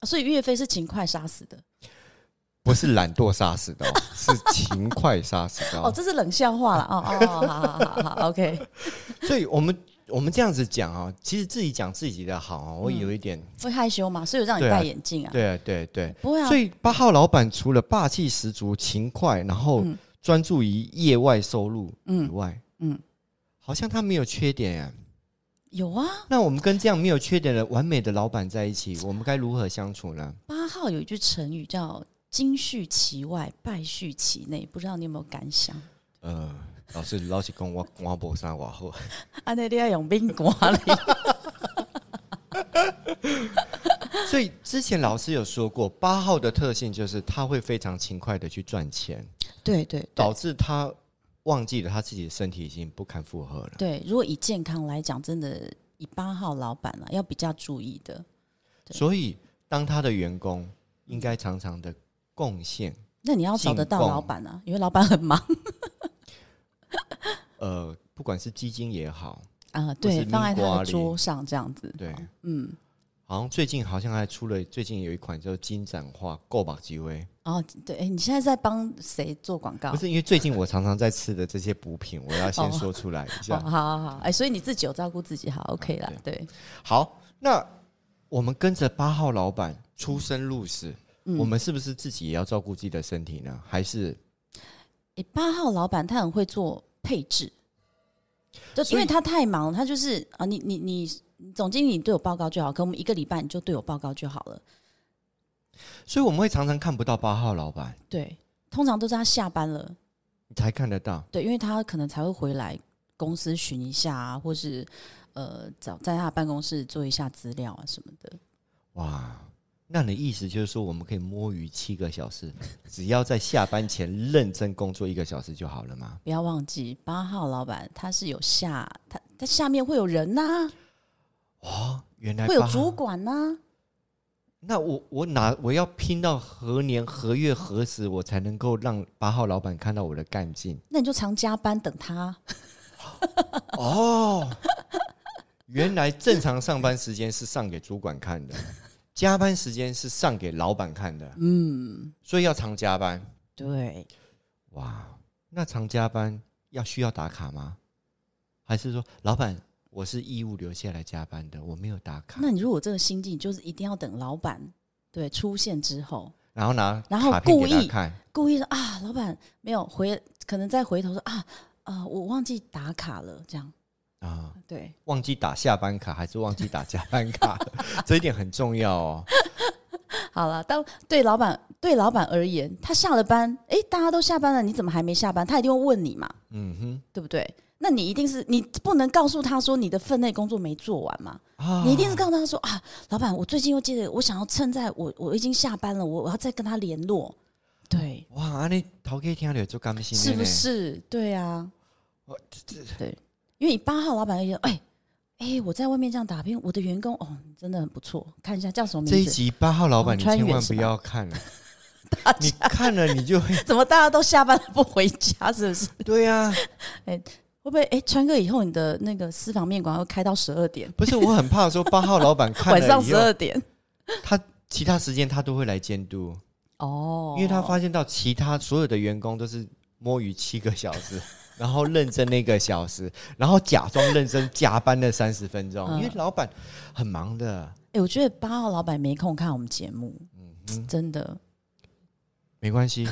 Speaker 2: 啊所以岳飞是勤快杀死的
Speaker 1: 不是懒惰杀死的、哦，
Speaker 2: *laughs*
Speaker 1: 是勤快杀死的、
Speaker 2: 哦，
Speaker 1: 哦。
Speaker 2: 这是冷笑话了哦哦，哦好好好好，OK，
Speaker 1: 所以我们我们这样子讲啊、其实自己讲自己的好啊、
Speaker 2: 嗯
Speaker 1: 我有一点、
Speaker 2: 会害羞吗？所以我让你
Speaker 1: 对啊
Speaker 2: 戴眼镜啊，
Speaker 1: 对对对。
Speaker 2: 不会啊
Speaker 1: 所，以八号老板除了霸气十足、勤快，然后
Speaker 2: 嗯
Speaker 1: 专注于业外收入以
Speaker 2: 嗯
Speaker 1: 外，
Speaker 2: 嗯，
Speaker 1: 好像他没有缺点、啊。
Speaker 2: 有啊。
Speaker 1: 那我们跟这样没有缺点的完美的老板在一
Speaker 2: *laughs*
Speaker 1: 起，我们该如何相处呢？
Speaker 2: 八号有一句成语叫“金絮其外，败絮其内”，不知道你有没有感想？
Speaker 1: 呃，老师，老实讲，我我无啥话好。
Speaker 2: 啊，那你要用冰瓜嘞，
Speaker 1: 所以之前老师有说过，八号的特性就是他会非常勤快的去赚钱，
Speaker 2: *laughs* 对对对
Speaker 1: 导致他忘记了他自己的身体已经不堪负荷了。
Speaker 2: 对。如果以健康来讲，真的以八号老板啊，要比较注意的。对
Speaker 1: 所以，当他的员工应该常常的贡献，
Speaker 2: 那你要找得到
Speaker 1: 进贡
Speaker 2: 老板啊，因为老板很忙 *laughs*
Speaker 1: 呃，不管是基金也好，
Speaker 2: 啊，
Speaker 1: 是
Speaker 2: 对，
Speaker 1: 命
Speaker 2: 放在他
Speaker 1: 瓜
Speaker 2: 的
Speaker 1: 哩
Speaker 2: 桌上这样子。
Speaker 1: 对，
Speaker 2: 嗯，
Speaker 1: 好像最近好像还出了，最近有一款叫金盏花购把鸡尾，
Speaker 2: 哦，对，哎，你现在在帮谁做广告
Speaker 1: 不？是因为最近我常常在吃的这些补品，我要先
Speaker 2: 哦
Speaker 1: 说出来一
Speaker 2: *laughs* 哦，
Speaker 1: 下。
Speaker 2: 好好好，哎，所以你自己有照顾自己，好，OK 啦，对，
Speaker 1: 好，那我们跟着八号老板出生入死，
Speaker 2: 嗯
Speaker 1: 我们是不是自己也要照顾自己的身体呢？还是
Speaker 2: 诶，八号老板他很会做配置，就
Speaker 1: 所
Speaker 2: 因为
Speaker 1: 以
Speaker 2: 他太忙，他就是啊，你你你你总经理你对我报告就好，可我们一个礼拜你就对我报告就好了。
Speaker 1: 所以我们会常常看不到八号老板，
Speaker 2: 对，通常都是他下班了，
Speaker 1: 你才看得到。
Speaker 2: 对，因为他可能才会回来公司巡一下啊，或是呃找在他的办公室做一下资料啊什么的。
Speaker 1: 哇，那你的意思就是说，我们可以摸鱼七个小时，只要在下班前认真工作一个小时就好了吗？
Speaker 2: 不要忘记八号老板他是有下他他下面会有人呐、
Speaker 1: 哦，原来
Speaker 2: 会有
Speaker 1: 八
Speaker 2: 主管呐、
Speaker 1: 那我我哪我要拼到何年何月何时，我才能够让八号老板看到我的干劲？
Speaker 2: 那你就常加班等他。
Speaker 1: 哦，原来正常上班时间是上给主管看的，加班时间是上给老板看的，
Speaker 2: 嗯，
Speaker 1: 所以要常加班。
Speaker 2: 对，
Speaker 1: 哇，那常加班要需要打卡吗？还是说，老板，我是义务留下来加班的，我没有打卡，
Speaker 2: 那你如果这个心境就是一定要等老板对出现之后，
Speaker 1: 然后拿
Speaker 2: 然后
Speaker 1: 卡片
Speaker 2: 故
Speaker 1: 给他
Speaker 2: 意
Speaker 1: 看，
Speaker 2: 故意说啊，老板没有回，可能再回头说啊啊、我忘记打卡了，这样
Speaker 1: 啊、
Speaker 2: 对
Speaker 1: 忘记打下班卡还是忘记打加班卡， *laughs* 这一点很重要哦。
Speaker 2: 好了。但对老板对老板而言，他下了班，诶，大家都下班了，你怎么还没下班？他一定会问你嘛，
Speaker 1: 嗯哼。
Speaker 2: 对不对？那你一定是你不能告诉他说你的分内工作没做完嘛，
Speaker 1: 啊
Speaker 2: 你一定是告诉他说啊，老板，我最近又接着，我想要趁在我我已经下班了，我我要再跟他联络，对，
Speaker 1: 哇，安尼头家听了就甘心的
Speaker 2: 是不
Speaker 1: 呢
Speaker 2: 是？对啊
Speaker 1: 我，
Speaker 2: 对，因为你八号老板也哎哎，我在外面这样打拼，我的员工哦，真的很不错，看一下叫什么
Speaker 1: 这
Speaker 2: 名
Speaker 1: 一
Speaker 2: 字？
Speaker 1: 集八号老
Speaker 2: 哦
Speaker 1: 板，你
Speaker 2: 川
Speaker 1: 千
Speaker 2: 原
Speaker 1: 万
Speaker 2: 是
Speaker 1: 不
Speaker 2: 吧
Speaker 1: 要看
Speaker 2: *laughs*
Speaker 1: 了，你看了你就会
Speaker 2: 怎么大家都下班了不回家？是
Speaker 1: *laughs*
Speaker 2: 不是？
Speaker 1: 对啊，
Speaker 2: 会不会哎，川哥以后你的那个私房面馆要开到十二点，
Speaker 1: 不是我很怕说八号老板看
Speaker 2: *laughs* 晚上
Speaker 1: 了以
Speaker 2: 十
Speaker 1: 后，
Speaker 2: 二点
Speaker 1: 他其他时间他都会来监督，
Speaker 2: 哦，
Speaker 1: 因为他发现到其他所有的员工都是摸鱼七个小时， *laughs* 然后认真那个小时，然后假装认真加班那三十分钟，因为
Speaker 2: 嗯
Speaker 1: 老板很忙的，嗯
Speaker 2: 哎、我觉得八号老板没空看我们节目，真的。
Speaker 1: 没关系。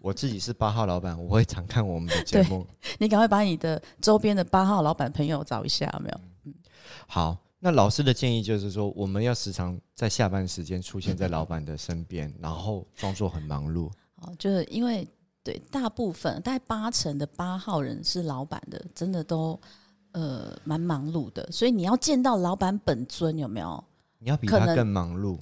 Speaker 1: 我自己是八号老板，我会常看我们的节目。
Speaker 2: 你赶快把你的周边的八号老板朋友找一下，有没有？
Speaker 1: 好，那老师的建议就是说，我们要时常在下班时间出现在老板的身边，然后装作很忙碌。
Speaker 2: 哦，就是因为对大部分大概八成的八号人是老板的，真的都呃蛮忙碌的，所以你要见到老板本尊有没有？
Speaker 1: 你要比
Speaker 2: 可
Speaker 1: 他
Speaker 2: 能
Speaker 1: 更忙碌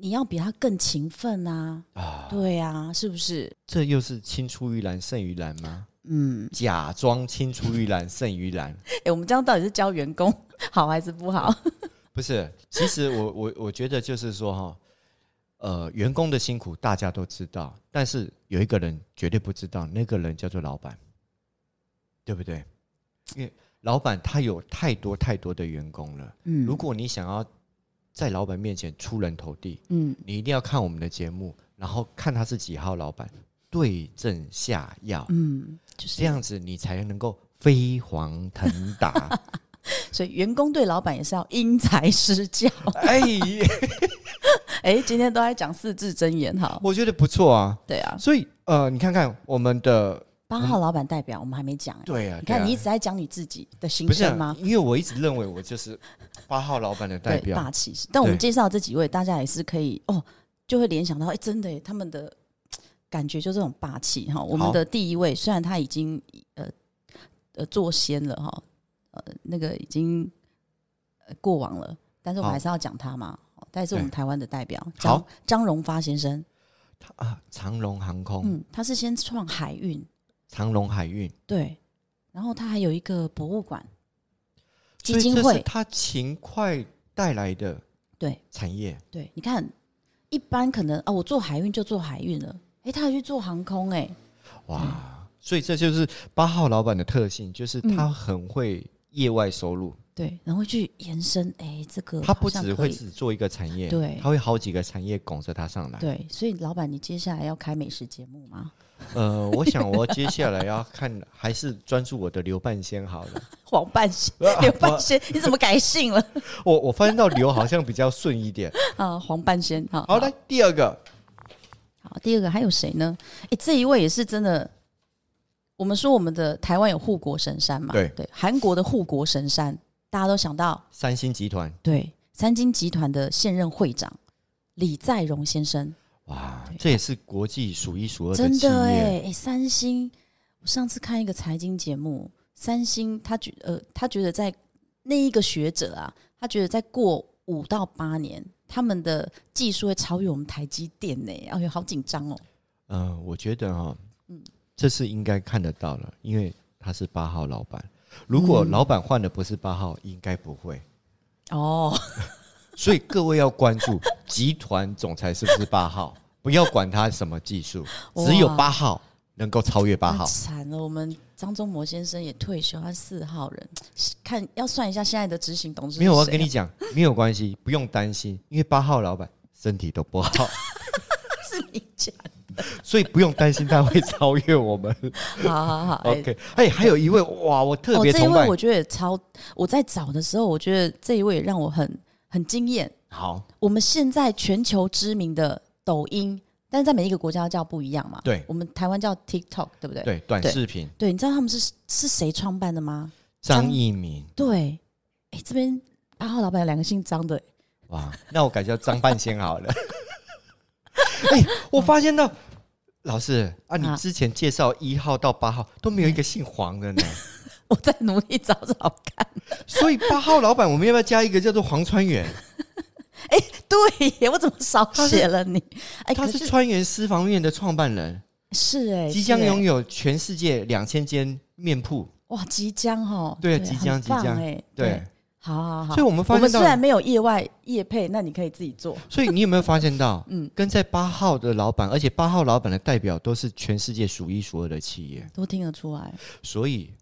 Speaker 2: 你要比他更勤奋啊，
Speaker 1: 啊！
Speaker 2: 对啊，是不是？
Speaker 1: 这又是青出于蓝胜于蓝吗？
Speaker 2: 嗯，
Speaker 1: 假装青出于蓝胜于蓝，
Speaker 2: 哎、我们这样到底是教员工好还是不好？
Speaker 1: 不是，其实我我我觉得就是说哈，呃，员工的辛苦大家都知道，但是有一个人绝对不知道，那个人叫做老板，对不对？因为老板他有太多太多的员工了，*laughs*
Speaker 2: 嗯，
Speaker 1: 如果你想要在老板面前出人头地，
Speaker 2: 嗯，
Speaker 1: 你一定要看我们的节目，然后看他是几号老板，对症下药，
Speaker 2: 嗯，就是
Speaker 1: 这。样子你才能够飞黄腾达。 *laughs*
Speaker 2: 所以员工对老板也是要因材施教。
Speaker 1: 哎，
Speaker 2: 哎、今天都在讲四字真言哈。
Speaker 1: 我觉得不错啊。
Speaker 2: 对啊，
Speaker 1: 所以呃，你看看我们的
Speaker 2: 八号老板代表我们还没讲、哎
Speaker 1: 嗯对啊，
Speaker 2: 你
Speaker 1: 对
Speaker 2: 看
Speaker 1: 啊
Speaker 2: 你一直在讲你自己的心
Speaker 1: 不是啊
Speaker 2: 声吗？
Speaker 1: 因为我一直认为我就是八号老板的代
Speaker 2: 对，
Speaker 1: 表
Speaker 2: 霸，气是。但我们
Speaker 1: 对
Speaker 2: 介绍这几位，大家也是可以哦，就会联想到，哎、真的耶，他们的嘖感觉就这种霸气哈。我们
Speaker 1: 好
Speaker 2: 的第一位，虽然他已经呃呃做仙了哈，呃，那个已经、呃、过往了，但是我们
Speaker 1: 好
Speaker 2: 还是要讲他嘛。哦他也是我们
Speaker 1: 对
Speaker 2: 台湾的代表，张
Speaker 1: 好
Speaker 2: 张荣发先生，
Speaker 1: 他啊，长龙航空、
Speaker 2: 嗯，他是先创海运，
Speaker 1: 长龙海运
Speaker 2: 对，然后他还有一个博物馆基
Speaker 1: 所以
Speaker 2: 金
Speaker 1: 这是
Speaker 2: 会，
Speaker 1: 他勤快带来的
Speaker 2: 对
Speaker 1: 产业。
Speaker 2: 对，你看，一般可能啊，我做海运就做海运了，诶，他还去做航空、诶，
Speaker 1: 哇，
Speaker 2: 嗯
Speaker 1: 所以这就是八号老板的特性，就是他很会业外收入，
Speaker 2: 对，然后去延伸，诶，这个
Speaker 1: 他
Speaker 2: 嗯好
Speaker 1: 不
Speaker 2: 像
Speaker 1: 只
Speaker 2: 可
Speaker 1: 会
Speaker 2: 以
Speaker 1: 只做一个产业，
Speaker 2: 对
Speaker 1: 他会好几个产业拱着他上来。
Speaker 2: 对，所以老板，你接下来要开美食节目吗？ *laughs*
Speaker 1: 呃，我想我接下来要看，还是专注我的刘半仙好了。
Speaker 2: 黄半仙、刘半
Speaker 1: *laughs*
Speaker 2: 仙，你怎么改姓了？ *laughs*
Speaker 1: 我我发现到刘好像比较顺一点。
Speaker 2: 啊，黄半仙，好，
Speaker 1: 好，来第二个，
Speaker 2: 好，第二个还有谁呢？诶，这一位也是真的。我们说我们的台湾有护国神山嘛？
Speaker 1: 对
Speaker 2: 对，韩国的护国神山，大家都想到
Speaker 1: 三星集团，
Speaker 2: 对，三金集团的现任会长李在镕先生，
Speaker 1: 哇，这也是国际数一数二的
Speaker 2: 真
Speaker 1: 企
Speaker 2: 的
Speaker 1: 业。
Speaker 2: 哎、哎，三星，我上次看一个财经节目，三星他觉呃，他觉得在那一个学者啊，他觉得再过五到八年，他们的技术会超越我们台积电呢、哎呦，好紧张哦。
Speaker 1: 嗯、我觉得哈、
Speaker 2: 嗯
Speaker 1: 这是应该看得到了，因为他是八号老板。如果
Speaker 2: 嗯
Speaker 1: 老板换的不是八号，应该不会。
Speaker 2: 哦，
Speaker 1: 所以各位要关
Speaker 2: *laughs*
Speaker 1: 注集团总裁是不是八号，不要管他什么技术，只有
Speaker 2: 哇
Speaker 1: 八号能够超越八
Speaker 2: 那
Speaker 1: 号。
Speaker 2: *laughs* 惨了，我们张忠谋先生也退休，他四号人，看要算一下现在的执行董事是
Speaker 1: 没有，我要
Speaker 2: 谁
Speaker 1: 跟你
Speaker 2: 啊
Speaker 1: 讲，没有关系，不用担心，因为八号老板身体都不好，
Speaker 2: *laughs* 是你讲，
Speaker 1: 所以不用担心他会超越我们。
Speaker 2: 好好好，哎
Speaker 1: OK，哎，还有一位哇，我特别
Speaker 2: 哦、这一
Speaker 1: 崇拜
Speaker 2: 位我。觉得也超，我在找的时候，我觉得这一位也让我很很惊艳。
Speaker 1: 好，
Speaker 2: 我们现在全球知名的抖音，但是在每一个国家叫不一样嘛。
Speaker 1: 对
Speaker 2: 我们台湾叫 TikTok，对不对？
Speaker 1: 对，短
Speaker 2: 对
Speaker 1: 视频，
Speaker 2: 对你知道他们是是谁创办的吗？
Speaker 1: 张一鸣，
Speaker 2: 对，哎，这边八号老板有两个姓张的， *laughs*
Speaker 1: 哇，那我改叫张半仙好了。 *laughs* 哎，我发现到老师啊，你
Speaker 2: 啊
Speaker 1: 之前介绍一号到八号都没有一个姓黄的呢。
Speaker 2: 我在努力找找看。 *laughs*
Speaker 1: 所以八号老板，我们要不要加一个叫做黄川源？
Speaker 2: 对耶，我怎么少写了你？哎，
Speaker 1: 他
Speaker 2: 可
Speaker 1: 是
Speaker 2: 是
Speaker 1: 川原私房院的创办人，
Speaker 2: 是哎，
Speaker 1: 即将
Speaker 2: 是哎
Speaker 1: 拥有全世界两千间面铺。
Speaker 2: 哇，即将哦，
Speaker 1: 对即将
Speaker 2: 很棒
Speaker 1: 即将
Speaker 2: 哎，
Speaker 1: 对，，
Speaker 2: 好好好
Speaker 1: 所以。我们
Speaker 2: 我
Speaker 1: 发
Speaker 2: 们
Speaker 1: 现
Speaker 2: 虽然
Speaker 1: 到，
Speaker 2: 没有业外业配，那你可以自己做。
Speaker 1: 所以你有没有发现到，
Speaker 2: *laughs* 嗯
Speaker 1: 嗯，跟在八号的老板，而且八号老板的代表都是全世界数一数二的企业，
Speaker 2: 都听得出来，
Speaker 1: 所以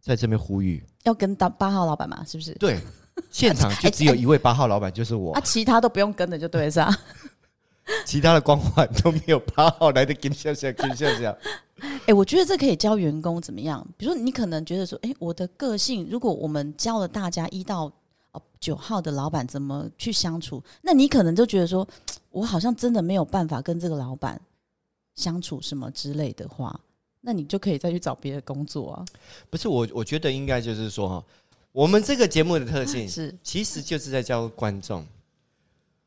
Speaker 1: 在这边呼吁，
Speaker 2: 要跟当八号老板嘛，是不是？ *laughs*
Speaker 1: 对，现场就只有一位八号老板，就是我 *laughs*
Speaker 2: 啊啊，。其他都不用跟的就对了是吧？
Speaker 1: 其他的光环都没有八号来的金笑笑金笑笑。
Speaker 2: 哎、我觉得这可以教员工怎么样？比如说，你可能觉得说，哎、我的个性，如果我们教了大家一到哦九号的老板怎么去相处，那你可能就觉得说，嘖我好像真的没有办法跟这个老板相处什么之类的话，那你就可以再去找别的工作啊。
Speaker 1: 不是我，我觉得应该就是说哈，我们这个节目的特性
Speaker 2: 是
Speaker 1: 其实就是在教观众，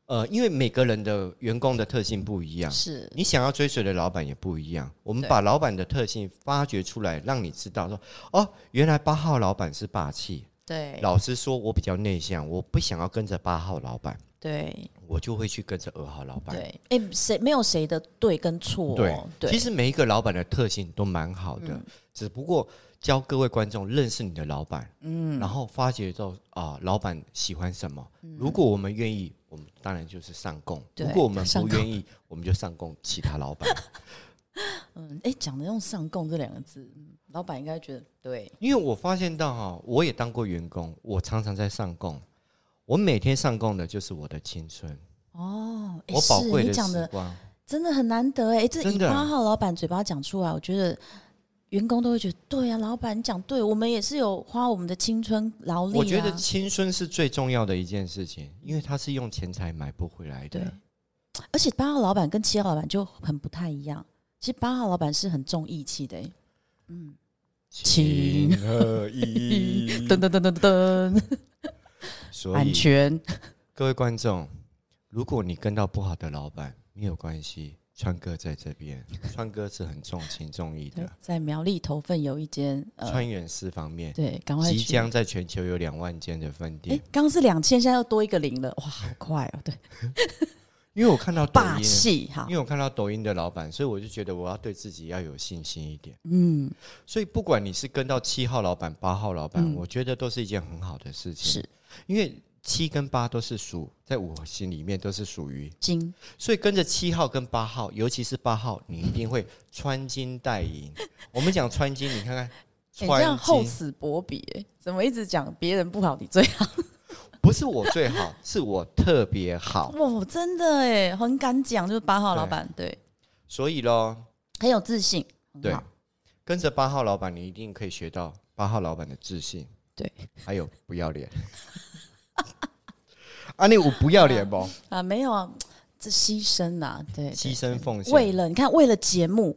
Speaker 1: 呃，因为每个人的员工的特性不一样，
Speaker 2: 是，
Speaker 1: 你想要追随的老板也不一样。我们
Speaker 2: 对
Speaker 1: 把老板的特性发掘出来，让你知道说，哦，原来八号老板是霸气。
Speaker 2: 对，
Speaker 1: 老实说，我比较内向，我不想要跟着八号老板，
Speaker 2: 对，
Speaker 1: 我就会去跟着二号老板。
Speaker 2: 对，哎、谁没有谁的对跟错、哦，对，嗯
Speaker 1: 其实每一个老板的特性都蛮好的，只不过教各位观众认识你的老板，嗯，然后发觉到啊、老板喜欢什么。如果我们愿意，我们当然就是上供；
Speaker 2: 嗯对
Speaker 1: 如果我们
Speaker 2: 上
Speaker 1: 不
Speaker 2: 供
Speaker 1: 愿意，我们就上供其他老板。
Speaker 2: 嗯，哎、讲的用“上供”这两个字，嗯老板应该觉得对，
Speaker 1: 因为我发现到哈，我也当过员工，我常常在上供，我每天上供的就是我的青春，
Speaker 2: 哦，诶
Speaker 1: 我宝
Speaker 2: 是
Speaker 1: 贵
Speaker 2: 你
Speaker 1: 的
Speaker 2: 讲的
Speaker 1: 时光。
Speaker 2: 真的很难得哎、欸，这
Speaker 1: 真
Speaker 2: 以
Speaker 1: 的啊
Speaker 2: 八号老板嘴巴讲出来，我觉得员工都会觉得对啊，老板你讲对，我们也是有花我们的青春劳力、啊。
Speaker 1: 我觉得青春是最重要的一件事情，因为它是用钱财买不回来
Speaker 2: 对
Speaker 1: 的。，
Speaker 2: 而且八号老板跟七号老板就很不太一样。其实八号老板是很重义气的、欸，情
Speaker 1: 何以
Speaker 2: 噔噔噔噔噔，
Speaker 1: 所
Speaker 2: 安
Speaker 1: 嗯以
Speaker 2: 全
Speaker 1: 各位观众，如果你跟到不好的老板，没有关系，川哥在这
Speaker 2: *laughs*
Speaker 1: 边，川哥是很重情重义
Speaker 2: 对
Speaker 1: 的。
Speaker 2: 在苗栗头份有一间呃，
Speaker 1: 川原四方面
Speaker 2: 对，赶快
Speaker 1: 即
Speaker 2: 去。
Speaker 1: 将在全球有两万间的分
Speaker 2: 哎
Speaker 1: 店，，
Speaker 2: 刚刚是两千，现在又多一个零了，哇，好快哦！对，
Speaker 1: 因为我看到抖
Speaker 2: 霸
Speaker 1: 音，
Speaker 2: 气哈
Speaker 1: 因，为我看到抖音的老板，所以我就觉得我要对自己要有信心一点。
Speaker 2: 嗯，
Speaker 1: 所以不管你是跟到七号老板、八号老板，
Speaker 2: 嗯
Speaker 1: 我觉得都是一件很好的事情。
Speaker 2: 是
Speaker 1: 因为七跟八都是属在我心里面都是属于
Speaker 2: 金
Speaker 1: 所以跟着七号跟八号，尤其是八号，你一定会穿金戴
Speaker 2: *laughs*
Speaker 1: 银。我们讲穿金，你看看，
Speaker 2: 你欸这样
Speaker 1: 穿
Speaker 2: 厚
Speaker 1: 金
Speaker 2: 此薄彼、欸，怎么一直讲别人不好，你最好？
Speaker 1: 不是我最好，是我特别好。
Speaker 2: *laughs* 哇，真的哎，很敢讲，就是八号
Speaker 1: 对
Speaker 2: 老板，对，
Speaker 1: 所以咯，
Speaker 2: 很有自信，很
Speaker 1: 对
Speaker 2: 好，
Speaker 1: 跟着八号老板，你一定可以学到八号老板的自信。
Speaker 2: 对，
Speaker 1: 还有不要脸。 *laughs* 啊，你我不要脸不？
Speaker 2: 啊，没有啊，这牺牲呐、 *laughs* 对，对
Speaker 1: 牺牲奉
Speaker 2: 为
Speaker 1: 献，
Speaker 2: 了你看，为了节目，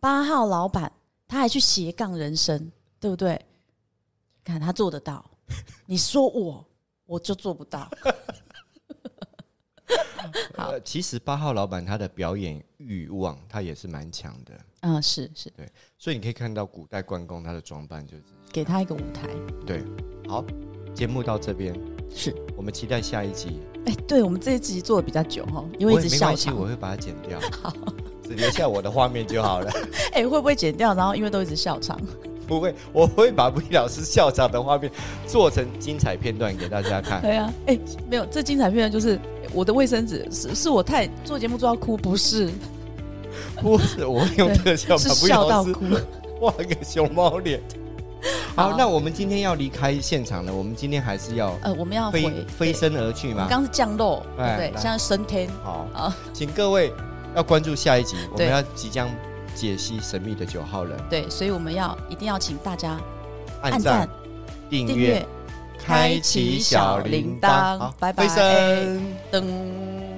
Speaker 2: 八号老板他还去斜杠人生，对不对？看他做得到， *laughs* 你说我我就做不 *laughs* 到，好
Speaker 1: 呃，其实八号老板他的表演欲望，他也是蛮强的。
Speaker 2: 嗯，是是，
Speaker 1: 所以你可以看到古代关公他的装扮就是
Speaker 2: 给他一个舞台，
Speaker 1: 对。好，节目到这边，
Speaker 2: 是，
Speaker 1: 我们期待下一集，
Speaker 2: 哎，对我们这一集做的比较久哈，因为
Speaker 1: 我
Speaker 2: 一
Speaker 1: 也
Speaker 2: 直
Speaker 1: 没
Speaker 2: 笑
Speaker 1: 关系，
Speaker 2: 场，
Speaker 1: 我会把它剪
Speaker 2: *laughs*
Speaker 1: 掉，只留下我的画面就好了。
Speaker 2: 哎，会不会剪掉？然后因为都一直笑场，
Speaker 1: 不会， *laughs* 我会把吴老师校长的画面做成精彩片段给大家看。
Speaker 2: *laughs* 对啊，哎、没有，这精彩片段就是我的卫生纸是是我太做节目做到哭，
Speaker 1: *laughs*
Speaker 2: 不是，
Speaker 1: 不是，我会用特效
Speaker 2: 是
Speaker 1: 把吴
Speaker 2: 笑到
Speaker 1: 老师 *laughs*
Speaker 2: 哭。
Speaker 1: 画个熊猫脸。
Speaker 2: *laughs*
Speaker 1: 好，
Speaker 2: 好
Speaker 1: 那我们今天要离开现场了，我们今天还是要
Speaker 2: 呃，我们要回
Speaker 1: 飞飞，身而去
Speaker 2: 对我
Speaker 1: 嘛
Speaker 2: 们。刚是降落，对
Speaker 1: 哎
Speaker 2: 不对？
Speaker 1: 来
Speaker 2: 现在升天，
Speaker 1: 好，
Speaker 2: 好
Speaker 1: 请各位要关注下一集，我们
Speaker 2: 对
Speaker 1: 要即将解析神秘的九号人，
Speaker 2: 对，所以我们要一定要请大家
Speaker 1: 按赞、订
Speaker 2: 订
Speaker 1: 阅
Speaker 2: 阅、、
Speaker 1: 开启小铃铛。
Speaker 2: 拜拜，
Speaker 1: 飞身。
Speaker 2: 噔。